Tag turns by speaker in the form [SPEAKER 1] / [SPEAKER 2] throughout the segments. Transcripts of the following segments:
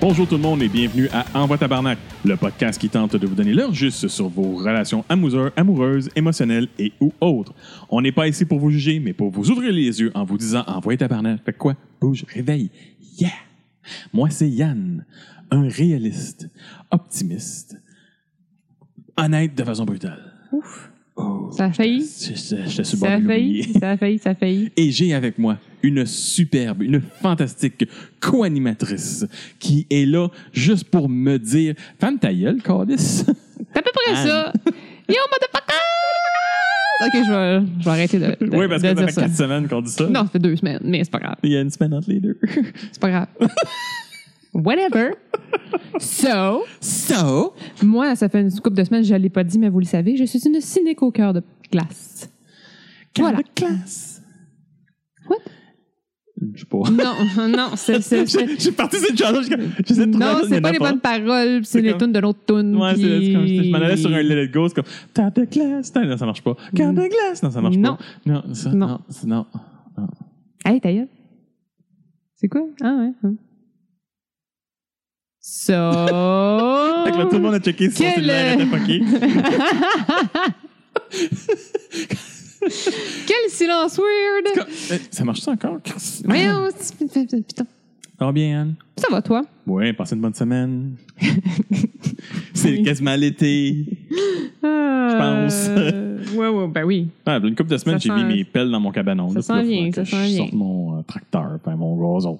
[SPEAKER 1] Bonjour tout le monde et bienvenue à Envoi Tabarnak, le podcast qui tente de vous donner l'heure juste sur vos relations amoureuses, amoureuses, émotionnelles et ou autres. On n'est pas ici pour vous juger, mais pour vous ouvrir les yeux en vous disant Envoie Tabarnak, fait quoi? Bouge, réveille. Yeah! Moi, c'est Yann, un réaliste, optimiste, honnête de façon brutale.
[SPEAKER 2] Ouf.
[SPEAKER 1] Oh,
[SPEAKER 2] Ça a failli.
[SPEAKER 1] j'étais j'étais sur le
[SPEAKER 2] Ça
[SPEAKER 1] bord
[SPEAKER 2] a
[SPEAKER 1] de
[SPEAKER 2] failli.
[SPEAKER 1] l'oublier.
[SPEAKER 2] Ça a failli. Ça a failli.
[SPEAKER 1] Et j'ai avec moi une superbe, une fantastique co-animatrice qui est là juste pour me dire Femme ta gueule, Cordis.
[SPEAKER 2] C'est à peu près
[SPEAKER 1] Anne.
[SPEAKER 2] ça. Yo, motherfucker! Ok, je vais, je vais arrêter de, de-
[SPEAKER 1] oui, parce
[SPEAKER 2] de
[SPEAKER 1] que ça
[SPEAKER 2] dire
[SPEAKER 1] fait
[SPEAKER 2] ça.
[SPEAKER 1] quatre semaines qu'on dit ça.
[SPEAKER 2] Non, ça fait deux semaines, mais c'est pas grave.
[SPEAKER 1] Il y a une semaine entre les deux.
[SPEAKER 2] C'est pas grave. Whatever. So,
[SPEAKER 1] So,
[SPEAKER 2] moi, ça fait une couple de semaines, je l'ai pas dit, mais vous le savez, je suis une cynique au cœur de glace.
[SPEAKER 1] quelle
[SPEAKER 2] Voilà.
[SPEAKER 1] classe.
[SPEAKER 2] What?
[SPEAKER 1] Je sais pas.
[SPEAKER 2] Non, non, c'est. c'est- c'est-
[SPEAKER 1] J'ai- J'ai parti cette chanson. jusqu'à- J'essaie de trouver
[SPEAKER 2] Non,
[SPEAKER 1] la- il y
[SPEAKER 2] c'est
[SPEAKER 1] en
[SPEAKER 2] pas
[SPEAKER 1] a
[SPEAKER 2] les bonnes paroles,
[SPEAKER 1] C'est
[SPEAKER 2] c'est les
[SPEAKER 1] comme-
[SPEAKER 2] tunes de l'autre tune.
[SPEAKER 1] Ouais, c'est
[SPEAKER 2] puis-
[SPEAKER 1] c'est comme je, je m'en allais sur un Let It Go, c'est comme T'as de glace, non, ça marche pas. Cœur de glace, non, ça marche
[SPEAKER 2] Non.
[SPEAKER 1] pas. Non, ça,
[SPEAKER 2] Non. Oh,
[SPEAKER 1] non, c'est- non.
[SPEAKER 2] Hey, ta gueule. C'est quoi? Ah ouais. hein. So.
[SPEAKER 1] Fait que là, tout le monde a checké si son
[SPEAKER 2] Quel,
[SPEAKER 1] cellulaire était
[SPEAKER 2] euh,
[SPEAKER 1] fucké.
[SPEAKER 2] Quel silence weird!
[SPEAKER 1] Euh, Ça marche ça encore? Ça
[SPEAKER 2] Mais non, c'est- putain.
[SPEAKER 1] va bien, Anne?
[SPEAKER 2] Ça va, toi?
[SPEAKER 1] Oui, passez une bonne semaine. C'est quasiment l'été.
[SPEAKER 2] Je pense. Euh, ouais, ouais, ben oui.
[SPEAKER 1] Ah, une couple de semaines, j'ai
[SPEAKER 2] Ça
[SPEAKER 1] mis
[SPEAKER 2] sent-
[SPEAKER 1] mes pelles dans mon cabanon.
[SPEAKER 2] Ça
[SPEAKER 1] Là,
[SPEAKER 2] sent
[SPEAKER 1] puis là,
[SPEAKER 2] bien,
[SPEAKER 1] faut que
[SPEAKER 2] ça sent
[SPEAKER 1] Je
[SPEAKER 2] bien.
[SPEAKER 1] sorte mon euh, tracteur, puis mon gazon.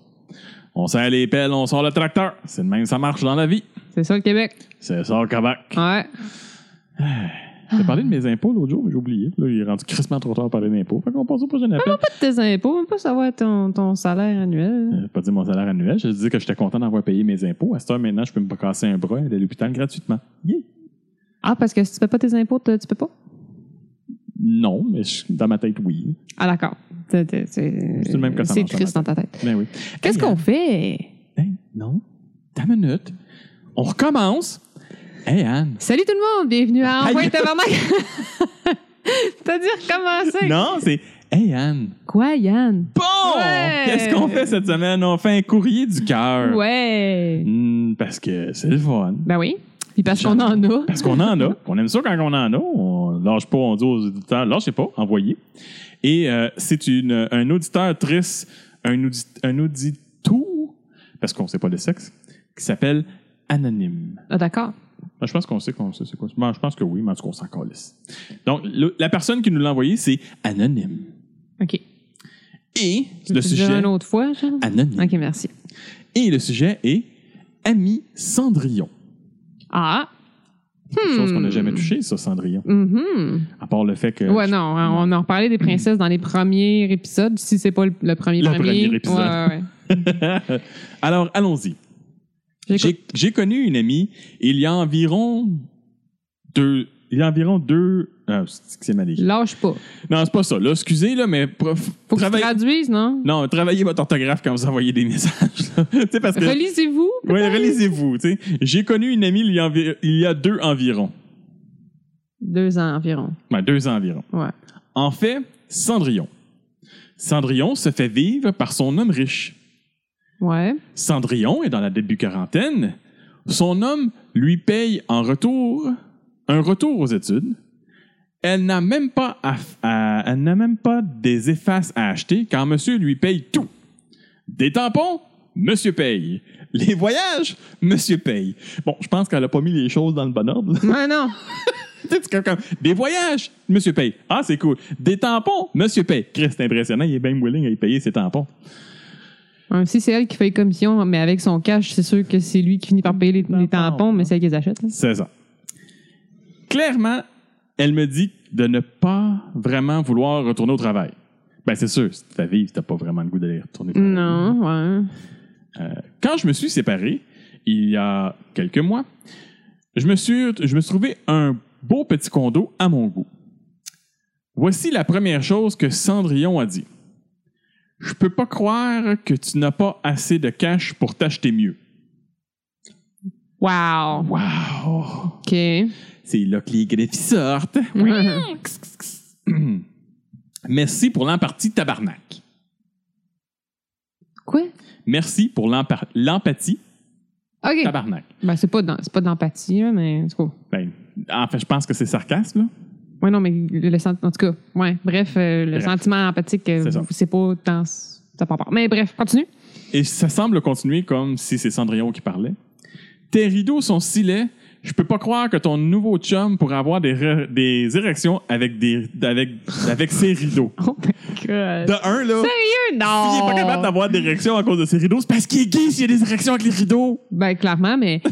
[SPEAKER 1] On sert les pelles, on sort le tracteur. C'est de même, que ça marche dans la vie.
[SPEAKER 2] C'est ça le Québec.
[SPEAKER 1] C'est ça, le Québec.
[SPEAKER 2] Ouais.
[SPEAKER 1] J'ai parlé de mes impôts l'autre jour, mais j'ai oublié. Là, il est rendu crissement trop tard à parler d'impôts. Fait qu'on passe au prochain appel.
[SPEAKER 2] Pas de tes impôts, même pas savoir ton, ton salaire annuel.
[SPEAKER 1] J'ai pas dit mon salaire annuel. J'ai dit que j'étais content d'avoir payé mes impôts. À cette heure, maintenant, je peux me casser un bras et aller à l'hôpital gratuitement. Yeah.
[SPEAKER 2] Ah, parce que si tu fais pas tes impôts, t'as- tu peux pas?
[SPEAKER 1] Non, mais je- dans ma tête, oui.
[SPEAKER 2] Ah, d'accord. C'est c'est- c'est-
[SPEAKER 1] C'est le même que ça
[SPEAKER 2] c'est
[SPEAKER 1] marche dans
[SPEAKER 2] triste
[SPEAKER 1] ma
[SPEAKER 2] dans ta tête.
[SPEAKER 1] Ben oui.
[SPEAKER 2] Qu'est-ce
[SPEAKER 1] Hey,
[SPEAKER 2] qu'on fait?
[SPEAKER 1] Hey, non. Ta minute. On recommence. Hey, Anne.
[SPEAKER 2] Salut tout le monde, bienvenue à
[SPEAKER 1] Ta
[SPEAKER 2] Envoyer
[SPEAKER 1] gueule.
[SPEAKER 2] Tabarnak. C'est-à-dire commencer.
[SPEAKER 1] Non, c'est Hey, Anne.
[SPEAKER 2] Quoi, Yann?
[SPEAKER 1] Bon!
[SPEAKER 2] Ouais.
[SPEAKER 1] Qu'est-ce qu'on fait cette semaine? On fait un courrier du cœur.
[SPEAKER 2] Ouais.
[SPEAKER 1] Hmm, parce que c'est le fun.
[SPEAKER 2] Ben oui. Puis parce qu'on en a.
[SPEAKER 1] Parce qu'on en a. On aime ça quand on en a. On lâche pas, on dit aux auditeurs, lâchez pas, envoyez. Et euh, c'est une, un auditeur triste, un, audi, un auditou, parce qu'on sait pas le sexe, qui s'appelle Anonyme.
[SPEAKER 2] Ah, d'accord.
[SPEAKER 1] Ben, je pense qu'on sait qu'on sait c'est quoi. Ben, je pense que oui, mais en tout cas, on s'en calisse. Donc, le- la personne qui nous l'a envoyé, c'est Anonyme.
[SPEAKER 2] OK.
[SPEAKER 1] Et
[SPEAKER 2] Tu
[SPEAKER 1] le
[SPEAKER 2] veux dire
[SPEAKER 1] sujet...
[SPEAKER 2] une autre fois, genre?
[SPEAKER 1] Anonyme.
[SPEAKER 2] OK, merci.
[SPEAKER 1] Et le sujet est Ami Cendrillon.
[SPEAKER 2] Ah.
[SPEAKER 1] Une Chose
[SPEAKER 2] Hmm.
[SPEAKER 1] qu'on n'a jamais touchée, ça, Cendrillon.
[SPEAKER 2] Mhm.
[SPEAKER 1] À part le fait que...
[SPEAKER 2] Ouais, non, hein, on en parlait des princesses dans les premiers épisodes, si c'est pas le, le premier
[SPEAKER 1] Le premier épisode.
[SPEAKER 2] Ouais, ouais, ouais.
[SPEAKER 1] Alors, allons-y.
[SPEAKER 2] J'écoute.
[SPEAKER 1] J'ai j'ai connu une amie il y a environ deux... Il y a environ deux... Ah, c'est que c'est mal écrit.
[SPEAKER 2] Lâche pas.
[SPEAKER 1] Non, c'est pas ça. Là, excusez, là, mais... prof-
[SPEAKER 2] Faut que
[SPEAKER 1] travaille-
[SPEAKER 2] tu traduises, non?
[SPEAKER 1] Non, travaillez votre orthographe quand vous envoyez des messages. là. tu sais, parce que...
[SPEAKER 2] Relisez-vous.
[SPEAKER 1] Oui, réalisez-vous. tu sais. J'ai connu une amie il y, a envi- il y a deux environ.
[SPEAKER 2] Deux ans environ.
[SPEAKER 1] Ben, deux ans environ.
[SPEAKER 2] Ouais.
[SPEAKER 1] En fait, Cendrillon. Cendrillon se fait vivre par son homme riche.
[SPEAKER 2] Ouais.
[SPEAKER 1] Cendrillon est dans la début quarantaine. Son homme lui paye en retour un retour aux études. Elle n'a même pas à- à- elle n'a même pas des effaces à acheter car monsieur lui paye tout. Des tampons, monsieur paye. Les voyages, monsieur paye. Bon, je pense qu'elle a pas mis les choses dans le bon ordre. là.
[SPEAKER 2] Ouais, non.
[SPEAKER 1] Tu sais, c'est comme- comme des voyages, monsieur paye. Ah, c'est cool. Des tampons, monsieur paye. Chris, c'est impressionnant, il est bien willing à y payer ses tampons.
[SPEAKER 2] Ouais, si c'est elle qui fait les commissions, mais avec son cash, c'est sûr que c'est lui qui finit
[SPEAKER 1] Mmh.
[SPEAKER 2] par payer les, les tampons, mais c'est elle qui les achète. là.
[SPEAKER 1] 16 ans. Clairement, elle me dit de ne pas vraiment vouloir retourner au travail. Ben, c'est sûr, si ta vie, t'as pas vraiment le goût d'aller retourner au travail.
[SPEAKER 2] Non, ouais.
[SPEAKER 1] Quand je me suis séparé, il y a quelques mois, je me suis, je me suis trouvé un beau petit condo à mon goût. Voici la première chose que Cendrillon a dit. Je peux pas croire que tu n'as pas assez de cash pour t'acheter mieux.
[SPEAKER 2] Wow.
[SPEAKER 1] Wow!
[SPEAKER 2] OK.
[SPEAKER 1] C'est là que les griffes sortent. Merci pour l'empathie, tabarnak.
[SPEAKER 2] Quoi?
[SPEAKER 1] Merci pour l'empa- l'empathie,
[SPEAKER 2] OK.
[SPEAKER 1] tabarnak.
[SPEAKER 2] Ben, c'est pas, d'en- c'est pas d'empathie, là, mais en tout cas.
[SPEAKER 1] Ben, en fait, je pense que c'est sarcasme, là.
[SPEAKER 2] Ouais, non, mais le, le sentiment. En tout cas, ouais. Bref, euh, le
[SPEAKER 1] Bref.
[SPEAKER 2] sentiment empathique, euh,
[SPEAKER 1] C'est ça.
[SPEAKER 2] c'est pas dans. Ça part pas. Mais bref, continue.
[SPEAKER 1] Et ça semble continuer comme si c'est Cendrillon qui parlait. Tes rideaux sont si laids, je peux pas croire que ton nouveau chum pourrait avoir des, re- des érections avec, des, avec, avec ses rideaux.
[SPEAKER 2] Oh my god.
[SPEAKER 1] De un, là,
[SPEAKER 2] Sérieux? Non!
[SPEAKER 1] s'il est pas capable d'avoir des érections à cause de ses rideaux, c'est parce qu'il est gay s'il y a des érections avec les rideaux.
[SPEAKER 2] Ben, clairement, mais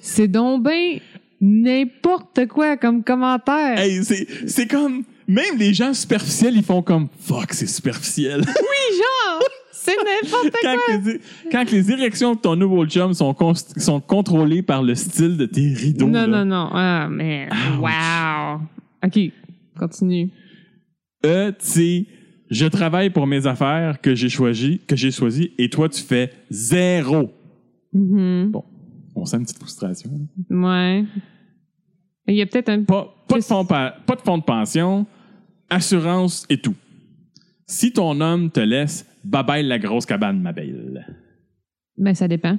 [SPEAKER 2] c'est donc ben n'importe quoi comme commentaire.
[SPEAKER 1] Hey, c'est c'est comme... Même les gens superficiels, ils font comme « Fuck, c'est superficiel ».
[SPEAKER 2] Genre, c'est n'importe quoi.
[SPEAKER 1] quand, les, quand les érections de ton nouveau chum sont, const- sont contrôlées par le style de tes rideaux. là.
[SPEAKER 2] non, non, non. Ah, mais wow. OK, continue.
[SPEAKER 1] Euh, tu sais, je travaille pour mes affaires que j'ai choisi, que j'ai choisi, et toi, tu fais zéro.
[SPEAKER 2] Mhm.
[SPEAKER 1] On sent une petite frustration. là.
[SPEAKER 2] Ouais. Il y a peut-être un...
[SPEAKER 1] Pas, pas de
[SPEAKER 2] Qu'est-ce-
[SPEAKER 1] fonds pa- pas de fonds de pension, assurance et tout. Si ton homme te laisse, babaille la grosse cabane, ma belle.
[SPEAKER 2] Ben, ça dépend.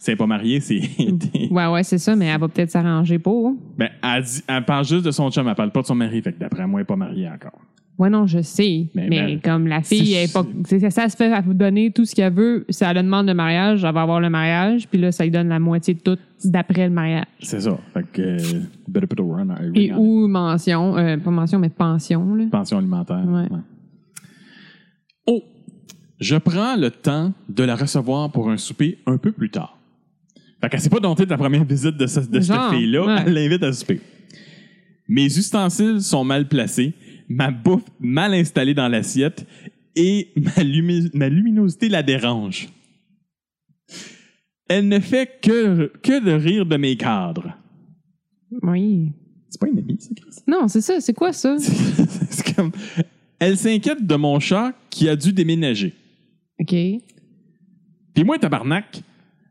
[SPEAKER 1] C'est pas marié, c'est.
[SPEAKER 2] Ouais, ouais, c'est ça, mais elle va peut-être s'arranger pour.
[SPEAKER 1] ben, elle, dit- elle parle juste de son chum, elle parle pas de son mari, fait que d'après moi, elle est pas mariée encore.
[SPEAKER 2] Ouais, non, je sais.
[SPEAKER 1] Mais
[SPEAKER 2] Mais,
[SPEAKER 1] ben,
[SPEAKER 2] comme la
[SPEAKER 1] si
[SPEAKER 2] fille,
[SPEAKER 1] je-
[SPEAKER 2] elle est pas, c'est- ça, ça se fait à vous donner tout ce qu'elle veut. Ça elle demande le mariage, elle va avoir le mariage, puis là, ça lui donne la moitié de tout d'après le mariage.
[SPEAKER 1] C'est ça. Fait que. euh, better put a run- a ring
[SPEAKER 2] Et
[SPEAKER 1] on it.
[SPEAKER 2] ou mention, euh, pas mention, mais pension, là.
[SPEAKER 1] Pension alimentaire.
[SPEAKER 2] Ouais.
[SPEAKER 1] Ouais. Oh! Je prends le temps de la recevoir pour un souper un peu plus tard. Fait qu'elle s'est pas domptée de la première visite de, ce- de
[SPEAKER 2] Genre,
[SPEAKER 1] cette fille-là.
[SPEAKER 2] ouais.
[SPEAKER 1] Elle l'invite à souper. Mes ustensiles sont mal placés, ma bouffe mal installée dans l'assiette et ma, lumi- ma luminosité la dérange. Elle ne fait que, que de rire de mes cadres.
[SPEAKER 2] Oui.
[SPEAKER 1] C'est pas une amie, ça, Chris?
[SPEAKER 2] Non, c'est ça. C'est quoi ça?
[SPEAKER 1] C'est comme- Elle s'inquiète de mon chat qui a dû déménager.
[SPEAKER 2] OK.
[SPEAKER 1] Puis moi, tabarnak,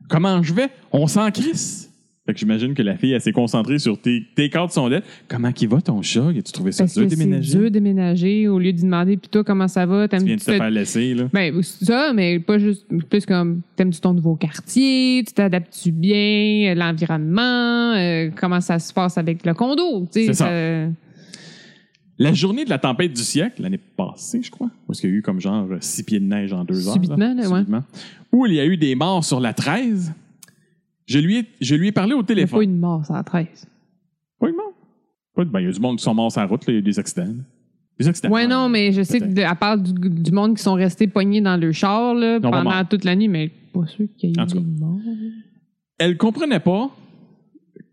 [SPEAKER 1] comment je vais? On s'en crisse. Fait que j'imagine que la fille, elle s'est concentrée sur tes, tes cartes sont là. Comment qu'il va ton chat? As-tu trouvé ça
[SPEAKER 2] Parce
[SPEAKER 1] dur
[SPEAKER 2] que
[SPEAKER 1] de
[SPEAKER 2] c'est
[SPEAKER 1] déménager?
[SPEAKER 2] dur déménager au lieu de demander, puis toi, comment ça va?
[SPEAKER 1] Tu viens
[SPEAKER 2] T'aimes-tu
[SPEAKER 1] de te faire laisser, là.
[SPEAKER 2] Ben, c'est ça, mais pas juste, plus comme, t'aimes-tu ton nouveau quartier? Tu t'adaptes-tu bien? euh, L'environnement? euh, comment ça se passe avec le condo? Tu sais,
[SPEAKER 1] C'est ça.
[SPEAKER 2] ça-
[SPEAKER 1] La journée de la tempête du siècle, l'année passée, je crois, où est-ce qu'il y a eu comme genre euh, six pieds de neige en deux heures.
[SPEAKER 2] Subitement, là, ouais.
[SPEAKER 1] Où il y a eu des morts sur la 13, je lui ai, je lui ai parlé au
[SPEAKER 2] Il n'y a
[SPEAKER 1] téléphone.
[SPEAKER 2] pas une mort, ça 13.
[SPEAKER 1] Pas de mort. Pas de- ben, il y a du monde qui sont morts sur la route, là, il y a des accidents. Des accidents.
[SPEAKER 2] Ouais, non, mais je sais,
[SPEAKER 1] peut-être.
[SPEAKER 2] de- à part du, du monde qui sont restés poignés dans le char là,
[SPEAKER 1] Non, pas
[SPEAKER 2] pendant
[SPEAKER 1] mort.
[SPEAKER 2] toute la nuit, mais pas sûr qu'il y ait
[SPEAKER 1] En
[SPEAKER 2] eu
[SPEAKER 1] tout
[SPEAKER 2] des
[SPEAKER 1] cas.
[SPEAKER 2] morts.
[SPEAKER 1] Elle comprenait pas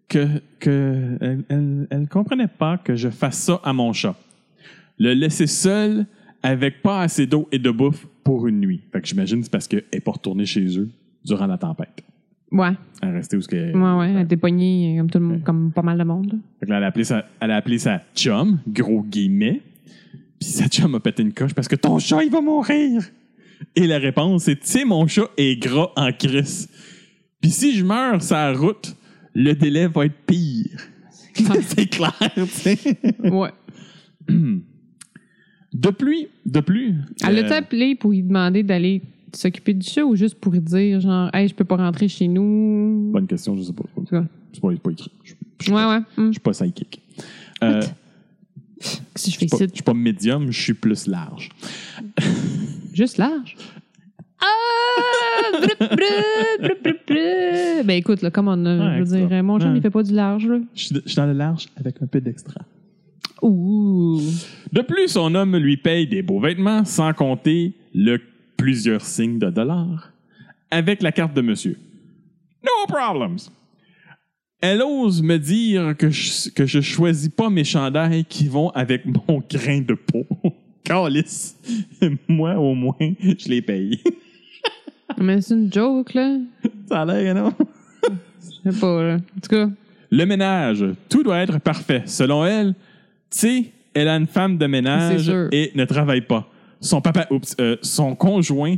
[SPEAKER 1] que. que elle, elle- elle comprenait pas que je fasse ça à mon chat. Le laisser seul avec pas assez d'eau et de bouffe pour une nuit. Fait que j'imagine que c'est parce qu'elle est pas retournée chez eux durant la tempête.
[SPEAKER 2] Ouais,
[SPEAKER 1] Elle est restée où ce qu'elle.
[SPEAKER 2] ouais, ouais, elle était poignée comme tout le monde,
[SPEAKER 1] Ouais.
[SPEAKER 2] comme pas mal de monde.
[SPEAKER 1] Fait que là, elle a appelé sa, elle a appelé sa chum, gros guillemets. Puis sa chum a pété une coche parce que ton chat, il va mourir. Et la réponse est, tu sais, mon chat est gras en crise. Puis si je meurs sa route, le délai va être pire. C'est clair, tu sais.
[SPEAKER 2] ouais.
[SPEAKER 1] De plus, de plus.
[SPEAKER 2] Elle
[SPEAKER 1] euh,
[SPEAKER 2] l'a-tu appelé pour lui demander d'aller s'occuper du chat ou juste pour lui dire, genre, hey, je peux pas rentrer chez nous?
[SPEAKER 1] Bonne question, je sais pas.
[SPEAKER 2] tout cas.
[SPEAKER 1] C'est pas, c'est pas écrit. Je, je-
[SPEAKER 2] Ouais, ouais. hum.
[SPEAKER 1] je suis pas psychique. Euh,
[SPEAKER 2] Qu'est-ce
[SPEAKER 1] je
[SPEAKER 2] que je fais
[SPEAKER 1] suis pas-
[SPEAKER 2] ici?
[SPEAKER 1] je suis pas médium, je suis plus large.
[SPEAKER 2] Juste large. Ah! Brup, brup, brup, brup, brup. Ben écoute, là, comme on a,
[SPEAKER 1] Ouais,
[SPEAKER 2] je veux
[SPEAKER 1] écoute.
[SPEAKER 2] dire, mon chum,
[SPEAKER 1] Ouais.
[SPEAKER 2] il fait pas du large, là.
[SPEAKER 1] Je suis je suis dans le large avec un peu d'extra.
[SPEAKER 2] Ouh!
[SPEAKER 1] De plus, son homme lui paye des beaux vêtements, sans compter le plusieurs signes de dollars, avec la carte de monsieur. No problems! Elle ose me dire que je, que je choisis pas mes chandails qui vont avec mon grain de peau. Calice! Moi, au moins, je les paye.
[SPEAKER 2] Mais c'est une joke, là.
[SPEAKER 1] Ça a l'air, non?
[SPEAKER 2] Je sais pas, là. En tout cas,
[SPEAKER 1] Le ménage, tout doit être parfait. Selon elle, tu sais, elle a une femme de
[SPEAKER 2] C'est
[SPEAKER 1] ménage
[SPEAKER 2] sûr.
[SPEAKER 1] et ne travaille pas. Son papa, oups, euh, son conjoint,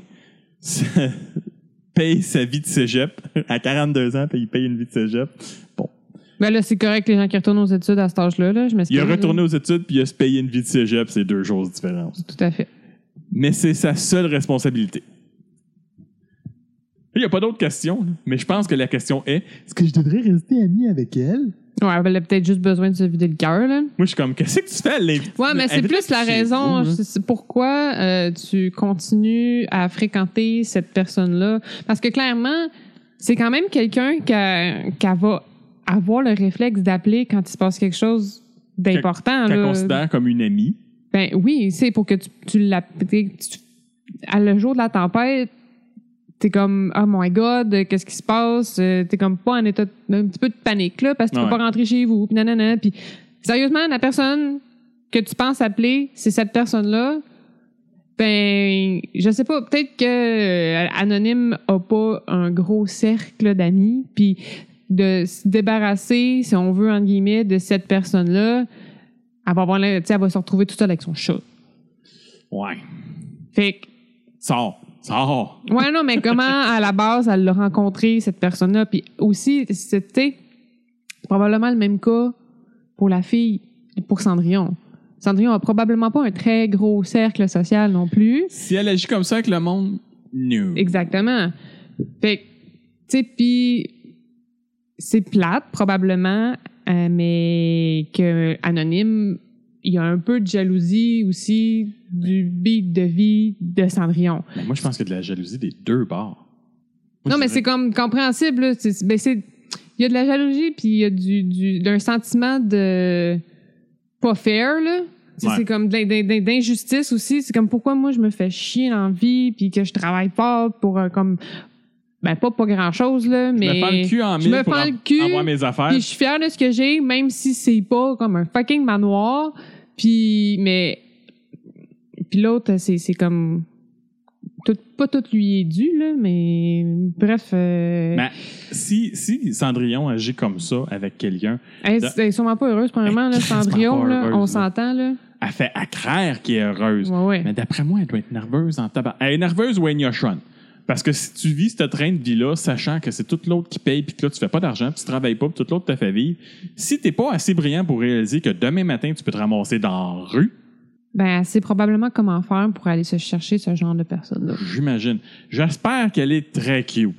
[SPEAKER 1] paye sa vie de cégep. À 42 ans, puis il paye une vie de cégep. Bon.
[SPEAKER 2] Ben là, c'est correct, les gens qui retournent aux études à cet âge-là. Là, je m'excuse.
[SPEAKER 1] Il a retourné aux études, puis il a se payé une vie de cégep. C'est deux choses différentes.
[SPEAKER 2] Tout à fait.
[SPEAKER 1] Mais c'est sa seule responsabilité. Il n'y a pas d'autres questions, là. mais je pense que la question est est-ce que je devrais rester ami avec elle
[SPEAKER 2] Ouais, ben, elle a peut-être juste besoin de se vider le cœur, là.
[SPEAKER 1] Moi, je suis comme qu'est-ce que tu fais à l'inviter
[SPEAKER 2] Ouais, mais c'est
[SPEAKER 1] Invite-la
[SPEAKER 2] plus la
[SPEAKER 1] chez
[SPEAKER 2] raison.
[SPEAKER 1] vous, là.
[SPEAKER 2] c'est- c'est pourquoi euh, tu continues à fréquenter cette personne-là. Parce que clairement, c'est quand même quelqu'un qui va avoir le réflexe d'appeler quand il se passe quelque chose d'important.
[SPEAKER 1] Qu'elle
[SPEAKER 2] là.
[SPEAKER 1] considère comme une amie.
[SPEAKER 2] Ben oui, c'est pour que tu, tu l'appelles. À le jour de la tempête, t'es comme oh my god, euh, qu'est-ce qui se passe Euh, T'es comme pas en état de- un petit peu de panique là parce que tu
[SPEAKER 1] Ouais.
[SPEAKER 2] peux pas rentrer chez vous. Puis nanana. Puis sérieusement, la personne que tu penses appeler, c'est cette personne là. Ben, je sais pas, peut-être que euh, Anonyme a pas un gros cercle d'amis, puis de se débarrasser, si on veut, entre guillemets, de cette personne-là, elle va, avoir, l'air- tu sais, elle va se retrouver toute seule avec son chat.
[SPEAKER 1] Ouais.
[SPEAKER 2] Fait que,
[SPEAKER 1] Sors. Sors.
[SPEAKER 2] ouais, non, mais comment, à la base, elle l'a rencontré, cette personne-là? Puis aussi, c'était probablement le même cas pour la fille, pour Cendrillon. Cendrillon a probablement pas un très gros cercle social non plus.
[SPEAKER 1] Si elle agit comme ça avec le monde, no.
[SPEAKER 2] Exactement. Fait que, tu sais, puis c'est plate, probablement, euh, mais que Anonyme, il y a un peu de jalousie aussi du beat de vie de Cendrillon.
[SPEAKER 1] Mais Ben, moi, je pense qu'il y a de la jalousie des deux bords.
[SPEAKER 2] non, mais c'est comme compréhensible. là. C'est- c'est- ben, c'est- il y a de la jalousie, puis il y a du, du- d'un sentiment de pas fair, là. Tu sais,
[SPEAKER 1] Ouais.
[SPEAKER 2] C'est comme d'in- d'in- d'in- d'injustice aussi. C'est comme pourquoi moi je me fais chier dans la vie, puis que je travaille pas pour euh, comme. Ben, pas, pas grand chose, là,
[SPEAKER 1] Je
[SPEAKER 2] mais.
[SPEAKER 1] me fends le cul en
[SPEAKER 2] je
[SPEAKER 1] mille
[SPEAKER 2] me
[SPEAKER 1] pour
[SPEAKER 2] fends
[SPEAKER 1] en-
[SPEAKER 2] le cul,
[SPEAKER 1] avoir mes affaires.
[SPEAKER 2] Puis je suis fière de ce que j'ai, même si c'est pas comme un fucking manoir. Puis, mais. Puis l'autre, c'est, c'est comme. tout- pas tout lui est dû, là, mais. Bref. euh,
[SPEAKER 1] Mais si, si Cendrillon agit comme ça avec quelqu'un,
[SPEAKER 2] elle, elle est sûrement pas heureuse, premièrement,
[SPEAKER 1] Elle
[SPEAKER 2] là,
[SPEAKER 1] est crissement
[SPEAKER 2] Cendrillon,
[SPEAKER 1] pas
[SPEAKER 2] là,
[SPEAKER 1] heureuse,
[SPEAKER 2] on
[SPEAKER 1] là.
[SPEAKER 2] s'entend, là.
[SPEAKER 1] elle fait accraire qu'elle est heureuse.
[SPEAKER 2] Ouais, ouais.
[SPEAKER 1] Mais d'après moi, elle doit être nerveuse en tabac. Elle est nerveuse ou elle gnochonne? Parce que si tu vis ce train de vie-là, sachant que c'est tout l'autre qui paye, puis que là, tu fais pas d'argent, puis tu travailles pas, puis tout l'autre te fait vivre, si t'es pas assez brillant pour réaliser que demain matin, tu peux te ramasser dans la rue,
[SPEAKER 2] Ben, elle sait probablement comment faire pour aller se chercher ce genre de personne-là.
[SPEAKER 1] J'imagine. J'espère qu'elle est très cute.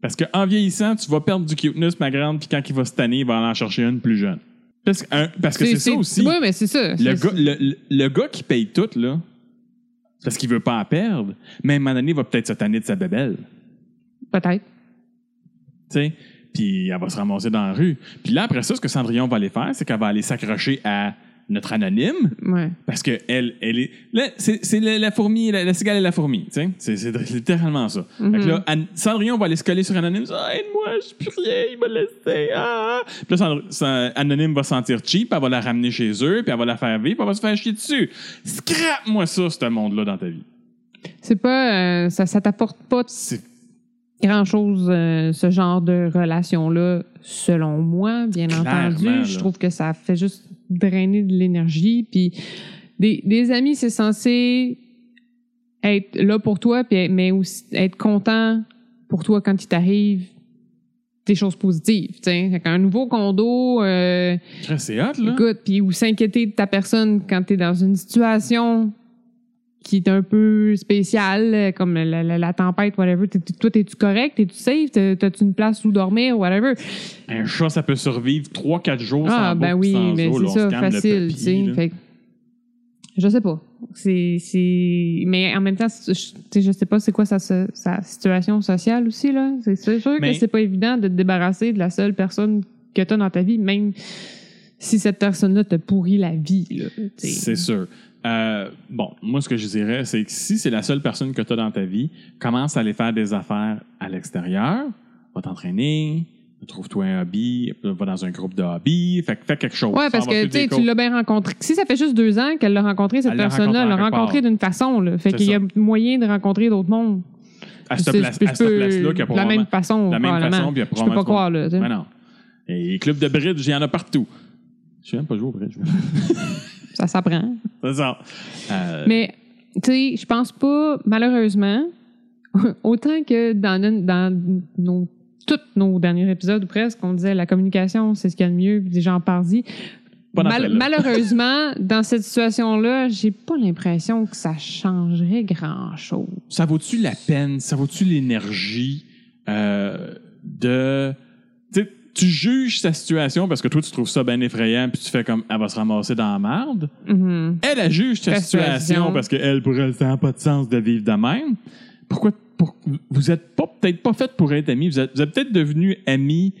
[SPEAKER 1] Parce qu'en vieillissant, tu vas perdre du cuteness, ma grande, puis quand il va se tanner, il va aller en chercher une plus jeune. Parce que, un, parce que c'est ça aussi.
[SPEAKER 2] Oui, mais c'est ça.
[SPEAKER 1] le,
[SPEAKER 2] C'est-
[SPEAKER 1] gars, le, le- le gars qui paye tout, là, parce qu'il veut pas en perdre, mais à un moment donné, il va peut-être se tanner de sa bébelle.
[SPEAKER 2] Peut-être.
[SPEAKER 1] tu sais. Puis elle va se ramasser dans la rue. Puis là, après ça, ce que Cendrillon va aller faire, c'est qu'elle va aller s'accrocher à notre anonyme,
[SPEAKER 2] Ouais.
[SPEAKER 1] parce que elle, elle est. Là, c'est c'est la, la fourmi, la, la cigale et la fourmi, tu sais. C'est- C'est littéralement ça. Fait que
[SPEAKER 2] Mm-hmm.
[SPEAKER 1] là, Anne- Cendrillon va aller se coller sur Anonyme. Ah, aide-moi, je suis plus rien, il m'a laissé. Ah. Puis là, Cendr- Cen- Anonyme va sentir cheap, elle va la ramener chez eux, puis elle va la faire vivre, puis elle va se faire chier dessus. Scrape-moi ça, ce monde-là, dans ta vie.
[SPEAKER 2] C'est pas. euh, ça, ça t'apporte pas de
[SPEAKER 1] C'est
[SPEAKER 2] grand-chose, euh, ce genre de relation-là, selon moi, bien
[SPEAKER 1] Clairement, là.
[SPEAKER 2] entendu. Je trouve que ça fait juste drainer de l'énergie. Puis des, des amis, c'est censé être là pour toi, puis, mais aussi être content pour toi quand il t'arrive des choses positives. tu sais. Fait qu'un nouveau condo, euh,
[SPEAKER 1] Christ, c'est hot, là.
[SPEAKER 2] Écoute, puis ou s'inquiéter de ta personne quand t'es dans une situation qui est un peu spéciale, euh, comme la, la- la tempête, whatever. T'es- t'es- toi, t'es-tu correct? T'es-tu safe? T'as- T'as-tu une place où dormir? Whatever.
[SPEAKER 1] Un chat, ça peut survivre 3-4 jours
[SPEAKER 2] ah,
[SPEAKER 1] sans
[SPEAKER 2] ben
[SPEAKER 1] bouffe,
[SPEAKER 2] oui,
[SPEAKER 1] sans
[SPEAKER 2] mais
[SPEAKER 1] eau, là.
[SPEAKER 2] c'est
[SPEAKER 1] On se
[SPEAKER 2] ça,
[SPEAKER 1] calme le
[SPEAKER 2] facile.
[SPEAKER 1] papy,
[SPEAKER 2] tu sais.
[SPEAKER 1] là.
[SPEAKER 2] Fait que, je sais pas. C'est, c'est... Mais en même temps, c'est- je, tu sais, je sais pas c'est quoi sa, sa sa situation sociale aussi. là. C'est, c'est sûr
[SPEAKER 1] Mais-
[SPEAKER 2] que c'est pas évident de te débarrasser de la seule personne que t'as dans ta vie, même si cette personne-là te pourrit la vie. Là, tu sais.
[SPEAKER 1] C'est sûr. Euh, bon, moi, ce que je dirais, c'est que si c'est la seule personne que tu as dans ta vie, commence à aller faire des affaires à l'extérieur, va t'entraîner, trouve-toi un hobby, va dans un groupe de hobby, fait, que fais quelque chose.
[SPEAKER 2] Ouais, parce
[SPEAKER 1] Ça va
[SPEAKER 2] que
[SPEAKER 1] suivre
[SPEAKER 2] tu sais,
[SPEAKER 1] des
[SPEAKER 2] tu
[SPEAKER 1] cours.
[SPEAKER 2] l'as bien rencontré. Si ça fait juste deux ans qu'elle l'a rencontré, cette
[SPEAKER 1] Elle l'a
[SPEAKER 2] personne-là, elle l'a
[SPEAKER 1] rencontré en
[SPEAKER 2] rencontré
[SPEAKER 1] quelque
[SPEAKER 2] d'une façon. Là. Fait
[SPEAKER 1] C'est
[SPEAKER 2] qu'il y a moyen de rencontrer d'autres mondes.
[SPEAKER 1] à cette
[SPEAKER 2] C'est-
[SPEAKER 1] place-
[SPEAKER 2] je
[SPEAKER 1] à cette
[SPEAKER 2] peux-
[SPEAKER 1] place-là qu'il y a
[SPEAKER 2] de la même
[SPEAKER 1] probablement-
[SPEAKER 2] façon.
[SPEAKER 1] de la même
[SPEAKER 2] probablement.
[SPEAKER 1] façon, puis il y a
[SPEAKER 2] Je peux
[SPEAKER 1] probablement du monde.
[SPEAKER 2] pas croire, là. tu sais.
[SPEAKER 1] Ben non. Et les clubs de bridge, il y en a partout. Je sais même pas jouer au bridge.
[SPEAKER 2] Ça s'apprend.
[SPEAKER 1] C'est ça. Euh,
[SPEAKER 2] Mais, tu sais, je pense pas, malheureusement, autant que dans, nos- dans nos, tous nos derniers épisodes ou presque, on disait la communication, c'est ce qu'il y a de mieux, puis des gens partis.
[SPEAKER 1] Pas dans celle-là.
[SPEAKER 2] malheureusement, dans cette situation-là, j'ai pas l'impression que ça changerait grand-chose.
[SPEAKER 1] ça vaut-tu la peine, ça vaut-tu l'énergie euh, de. tu sais, tu juges sa situation parce que toi, tu trouves ça bien effrayant, puis tu fais comme elle va se ramasser dans la merde.
[SPEAKER 2] Mhm.
[SPEAKER 1] Elle, elle juge sa
[SPEAKER 2] Ta
[SPEAKER 1] situation,
[SPEAKER 2] situation.
[SPEAKER 1] parce qu'elle, pour elle, ça n'a pas de sens de vivre de même. Pourquoi. pour- vous êtes pas peut-être pas faite pour être amis. Vous êtes, vous êtes peut-être devenus amis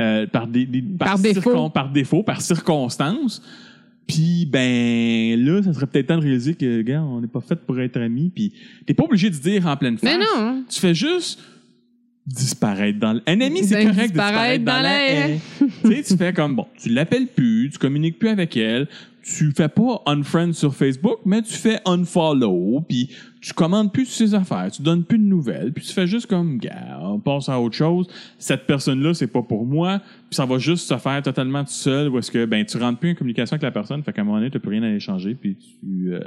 [SPEAKER 1] euh, par des, des-
[SPEAKER 2] Par défaut.
[SPEAKER 1] par défaut, par circonstance. Puis ben là, ça serait peut-être temps de réaliser que gars, on n'est pas fait pour être amis. Puis t'es pas obligé de dire en pleine face.
[SPEAKER 2] Mais non!
[SPEAKER 1] Tu fais juste disparaître dans l- un ami c'est
[SPEAKER 2] Ben,
[SPEAKER 1] correct de disparaître
[SPEAKER 2] disparaître
[SPEAKER 1] dans,
[SPEAKER 2] dans
[SPEAKER 1] la
[SPEAKER 2] l'air.
[SPEAKER 1] haie. tu sais tu fais comme bon tu l'appelles plus tu communiques plus avec elle tu fais pas unfriend sur Facebook mais tu fais unfollow puis tu commandes plus ses affaires tu donnes plus de nouvelles puis tu fais juste comme gars on passe à autre chose cette personne là c'est pas pour moi puis ça va juste se faire totalement tout seul ou est-ce que ben tu rentres plus en communication avec la personne fait qu'à un moment donné t'as plus rien à échanger puis tu euh,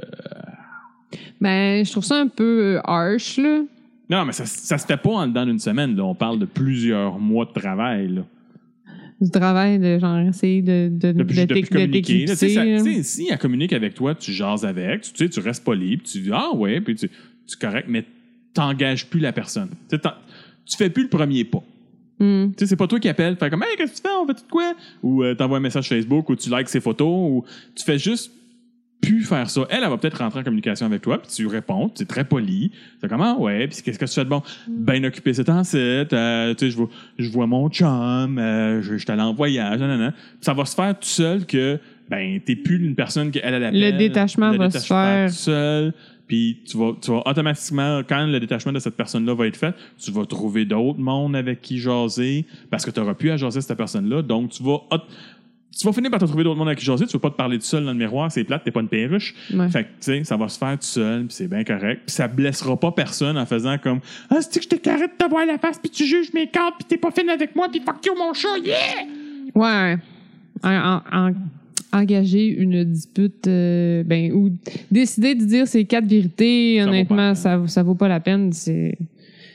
[SPEAKER 2] Ben, je trouve ça un peu harsh, là.
[SPEAKER 1] non mais ça, ça se fait pas en dedans d'une semaine là on parle de plusieurs mois de travail là
[SPEAKER 2] Du travail de genre essayer de, de, de,
[SPEAKER 1] Depuis, depuis
[SPEAKER 2] t'éc- de
[SPEAKER 1] communiquer. là, tu sais, ça-
[SPEAKER 2] t'éclipser,
[SPEAKER 1] tu sais,
[SPEAKER 2] là.
[SPEAKER 1] si elle communique avec toi, tu jases avec, tu, tu sais, tu restes poli, puis tu dis Ah ouais, puis tu, tu correct, mais t'engages plus la personne. Tu, sais, t'en- tu fais plus le premier pas.
[SPEAKER 2] Mhm.
[SPEAKER 1] Tu sais, c'est pas toi qui appelle, fait comme Hey, qu'est-ce que tu fais, on fait tout quoi Ou euh, t'envoies un message Facebook, ou tu likes ses photos, ou tu fais juste plus faire ça. Elle, elle va peut-être rentrer en communication avec toi, puis tu réponds, tu es très poli. C'est comme Ah ouais, puis qu'est-ce que tu fais de bon
[SPEAKER 2] Mm.
[SPEAKER 1] Ben occupé cet ancêtre, euh, tu sais, je vois, je vois mon chum, euh, je, je suis allé en voyage, nanana. Puis ça va se faire tout seul que, ben, t'es plus une personne qu'elle, elle appelle.
[SPEAKER 2] Le détachement
[SPEAKER 1] Le
[SPEAKER 2] va se
[SPEAKER 1] détachement
[SPEAKER 2] faire.
[SPEAKER 1] tout seul. Puis tu vas, tu vas automatiquement, quand le détachement de cette personne-là va être fait, tu vas trouver d'autres mondes avec qui jaser parce que tu n'auras plus à jaser cette personne-là. Donc tu vas, aut- tu vas finir par te trouver d'autres mondes avec qui jaser. Tu ne vas pas te parler tout seul dans le miroir, c'est plate, t'es pas une perruche.
[SPEAKER 2] Ouais.
[SPEAKER 1] Fait que, tu sais, ça va se faire tout seul, puis c'est bien correct. Puis ça blessera pas personne en faisant comme Ah, c'est que je t'éclairé de te voir la face, puis tu juges mes cartes, puis t'es pas fine avec moi, puis fuck you, mon chat, yeah!
[SPEAKER 2] Ouais. En- en- en- engager une dispute, euh, ben, ou décider de dire ces quatre vérités,
[SPEAKER 1] Ça vaut pas
[SPEAKER 2] honnêtement,
[SPEAKER 1] la
[SPEAKER 2] ça, ça vaut pas la peine. C'est,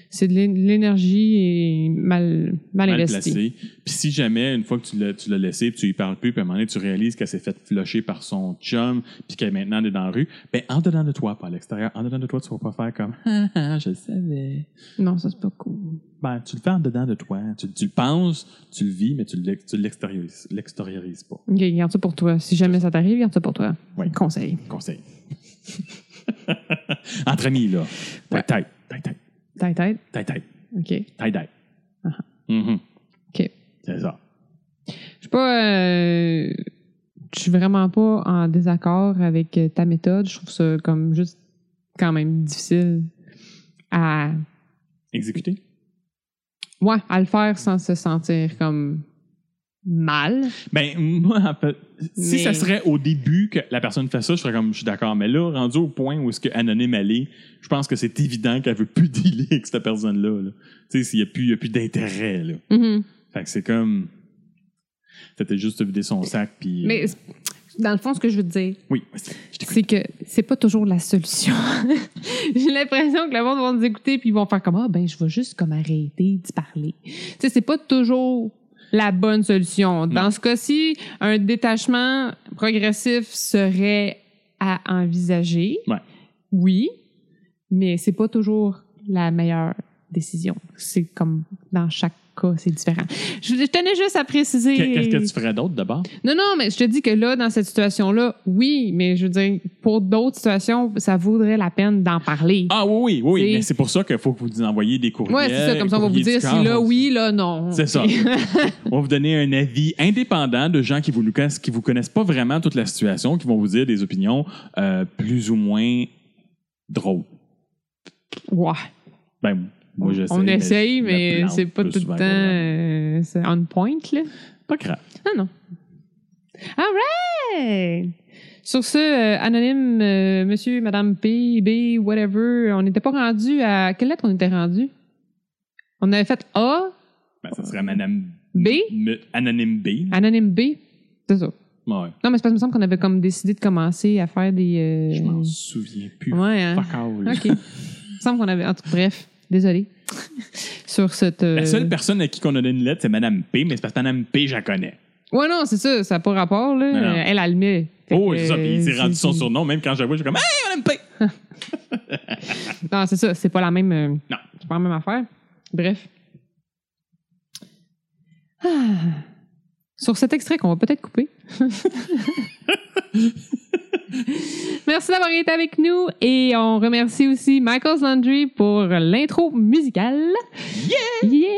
[SPEAKER 2] c'est de l'é- l'énergie et mal, mal,
[SPEAKER 1] Mal
[SPEAKER 2] investie.
[SPEAKER 1] placé. Puis si jamais, une fois que tu l'as, tu l'as laissé, puis tu y parles plus, puis à un moment donné, tu réalises qu'elle s'est faite flusher par son chum, puis qu'elle maintenant elle est dans la rue, ben en dedans de toi, pas à l'extérieur, en dedans de toi, tu vas pas faire comme Ah, ah, je le savais.
[SPEAKER 2] Non, ça, c'est pas cool.
[SPEAKER 1] Ben, tu le fais en dedans de toi. Tu, tu le penses, tu le vis, mais tu l'ex- tu l'extériorises, l'extériorises pas.
[SPEAKER 2] Ok, garde ça pour toi. Si jamais ça t'arrive, garde ça pour toi.
[SPEAKER 1] Ouais.
[SPEAKER 2] Conseil.
[SPEAKER 1] Conseil. Entre amis, là.
[SPEAKER 2] Ouais.
[SPEAKER 1] Taille, taille, taille,
[SPEAKER 2] Tête, tête.
[SPEAKER 1] taille, taille,
[SPEAKER 2] OK.
[SPEAKER 1] taille, taille.
[SPEAKER 2] Ah ah.
[SPEAKER 1] Mhm.
[SPEAKER 2] OK.
[SPEAKER 1] C'est ça.
[SPEAKER 2] Je suis pas. euh, je suis vraiment pas en désaccord avec euh, ta méthode. Je trouve ça comme juste quand même difficile à,
[SPEAKER 1] Exécuter.
[SPEAKER 2] ouais, à le faire sans se sentir comme mal.
[SPEAKER 1] Ben, moi, en fait, si
[SPEAKER 2] Mais-
[SPEAKER 1] ça serait au début que la personne fait ça, je serais comme, je suis d'accord. Mais là, rendu au point où est-ce que Anonyme elle est, je pense que c'est évident qu'elle veut plus dealer avec cette personne-là. là. Tu sais, s'il n'y a plus, il y a plus d'intérêt, là. Fait que c'est comme. C'était juste de vider son sac, puis. euh,
[SPEAKER 2] Mais c'est- dans le fond, ce que je veux te dire,
[SPEAKER 1] Oui, vas-y, je t'écoute.
[SPEAKER 2] c'est que c'est pas toujours la solution. J'ai l'impression que le monde va nous écouter puis ils vont faire comme ah ben je vais juste comme arrêter d'y parler. Tu sais c'est pas toujours la bonne solution. Dans
[SPEAKER 1] Non.
[SPEAKER 2] ce cas-ci, un détachement progressif serait à envisager.
[SPEAKER 1] Ouais.
[SPEAKER 2] Oui, mais c'est pas toujours la meilleure décision. C'est comme dans chaque cas, c'est différent. Je, je tenais juste à préciser.
[SPEAKER 1] Qu'est- Qu'est-ce que tu ferais d'autre d'abord?
[SPEAKER 2] Non, non, mais je te dis que là, dans cette situation-là, oui, mais je veux dire, pour d'autres situations, ça vaudrait la peine d'en parler.
[SPEAKER 1] Ah oui, oui, oui,
[SPEAKER 2] C'est-
[SPEAKER 1] mais c'est pour ça qu'il faut que vous nous envoyiez des courriels.
[SPEAKER 2] ouais, c'est ça, comme ça, on va vous
[SPEAKER 1] courriers
[SPEAKER 2] dire
[SPEAKER 1] du
[SPEAKER 2] si
[SPEAKER 1] corps.
[SPEAKER 2] là, oui, là, non.
[SPEAKER 1] C'est ça. on va vous donner un avis indépendant de gens qui vous nous connaissent, qui vous connaissent pas vraiment toute la situation, qui vont vous dire des opinions euh, plus ou moins drôles.
[SPEAKER 2] Ouais.
[SPEAKER 1] Ben, moi, j'essaie.
[SPEAKER 2] on
[SPEAKER 1] mais
[SPEAKER 2] essaye,
[SPEAKER 1] je me
[SPEAKER 2] mais
[SPEAKER 1] plante
[SPEAKER 2] c'est pas
[SPEAKER 1] plus
[SPEAKER 2] tout le
[SPEAKER 1] souvent
[SPEAKER 2] temps
[SPEAKER 1] qu'on en a.
[SPEAKER 2] euh, c'est on point, là.
[SPEAKER 1] Pas grave.
[SPEAKER 2] Ah non. All right! Sur ce, euh, anonyme, euh, monsieur, madame P, B, whatever, on n'était pas rendu à. Quelle lettre on était rendu? On avait fait A,
[SPEAKER 1] Ben, ça serait Madame
[SPEAKER 2] B?
[SPEAKER 1] M- Anonyme B.
[SPEAKER 2] anonyme B. C'est ça.
[SPEAKER 1] Ouais.
[SPEAKER 2] Non, mais c'est parce qu'il me semble qu'on avait comme décidé de commencer à faire des. euh,
[SPEAKER 1] Je m'en souviens plus.
[SPEAKER 2] Ouais, hein?
[SPEAKER 1] Fuck all.
[SPEAKER 2] OK. Il me semble qu'on avait. En tout cas, bref. Désolée. Sur cette. euh,
[SPEAKER 1] La seule personne à qui on a donné une lettre, c'est Madame P, mais c'est parce que Madame P, je la connais.
[SPEAKER 2] Ouais, non, c'est ça. Ça n'a pas rapport, là.
[SPEAKER 1] Non, non.
[SPEAKER 2] Elle, elle le met. Fait
[SPEAKER 1] Oh,
[SPEAKER 2] que, euh,
[SPEAKER 1] c'est ça. Puis il s'est
[SPEAKER 2] c'est-
[SPEAKER 1] rendu son
[SPEAKER 2] c'est-
[SPEAKER 1] surnom, même quand je la vois, je suis comme Hey, Madame P!
[SPEAKER 2] Non, c'est ça. C'est pas la même. euh,
[SPEAKER 1] Non.
[SPEAKER 2] C'est pas la même affaire. Bref. Ah. Sur cet extrait qu'on va peut-être couper. Merci d'avoir été avec nous et on remercie aussi Michael's Laundry pour l'intro musicale. Yeah!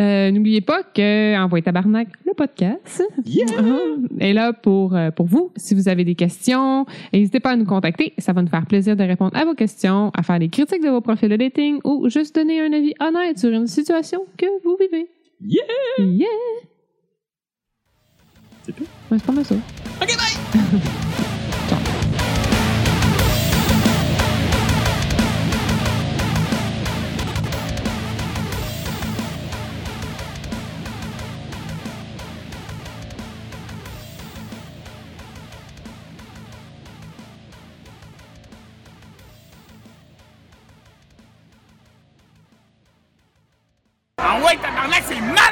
[SPEAKER 2] Euh, N'oubliez pas que Envoyez Tabarnak, le podcast,
[SPEAKER 1] Yeah!
[SPEAKER 2] est là pour, euh, pour vous. Si vous avez des questions, n'hésitez pas à nous contacter. Ça va nous faire plaisir de répondre à vos questions, à faire des critiques de vos profils de dating ou juste donner un avis honnête sur une situation que vous vivez.
[SPEAKER 1] Yeah!
[SPEAKER 2] Yeah!
[SPEAKER 1] C'est tout.
[SPEAKER 2] Ouais, C'est pas mal ça.
[SPEAKER 3] Ah ouais, tabarnak, c'est mal!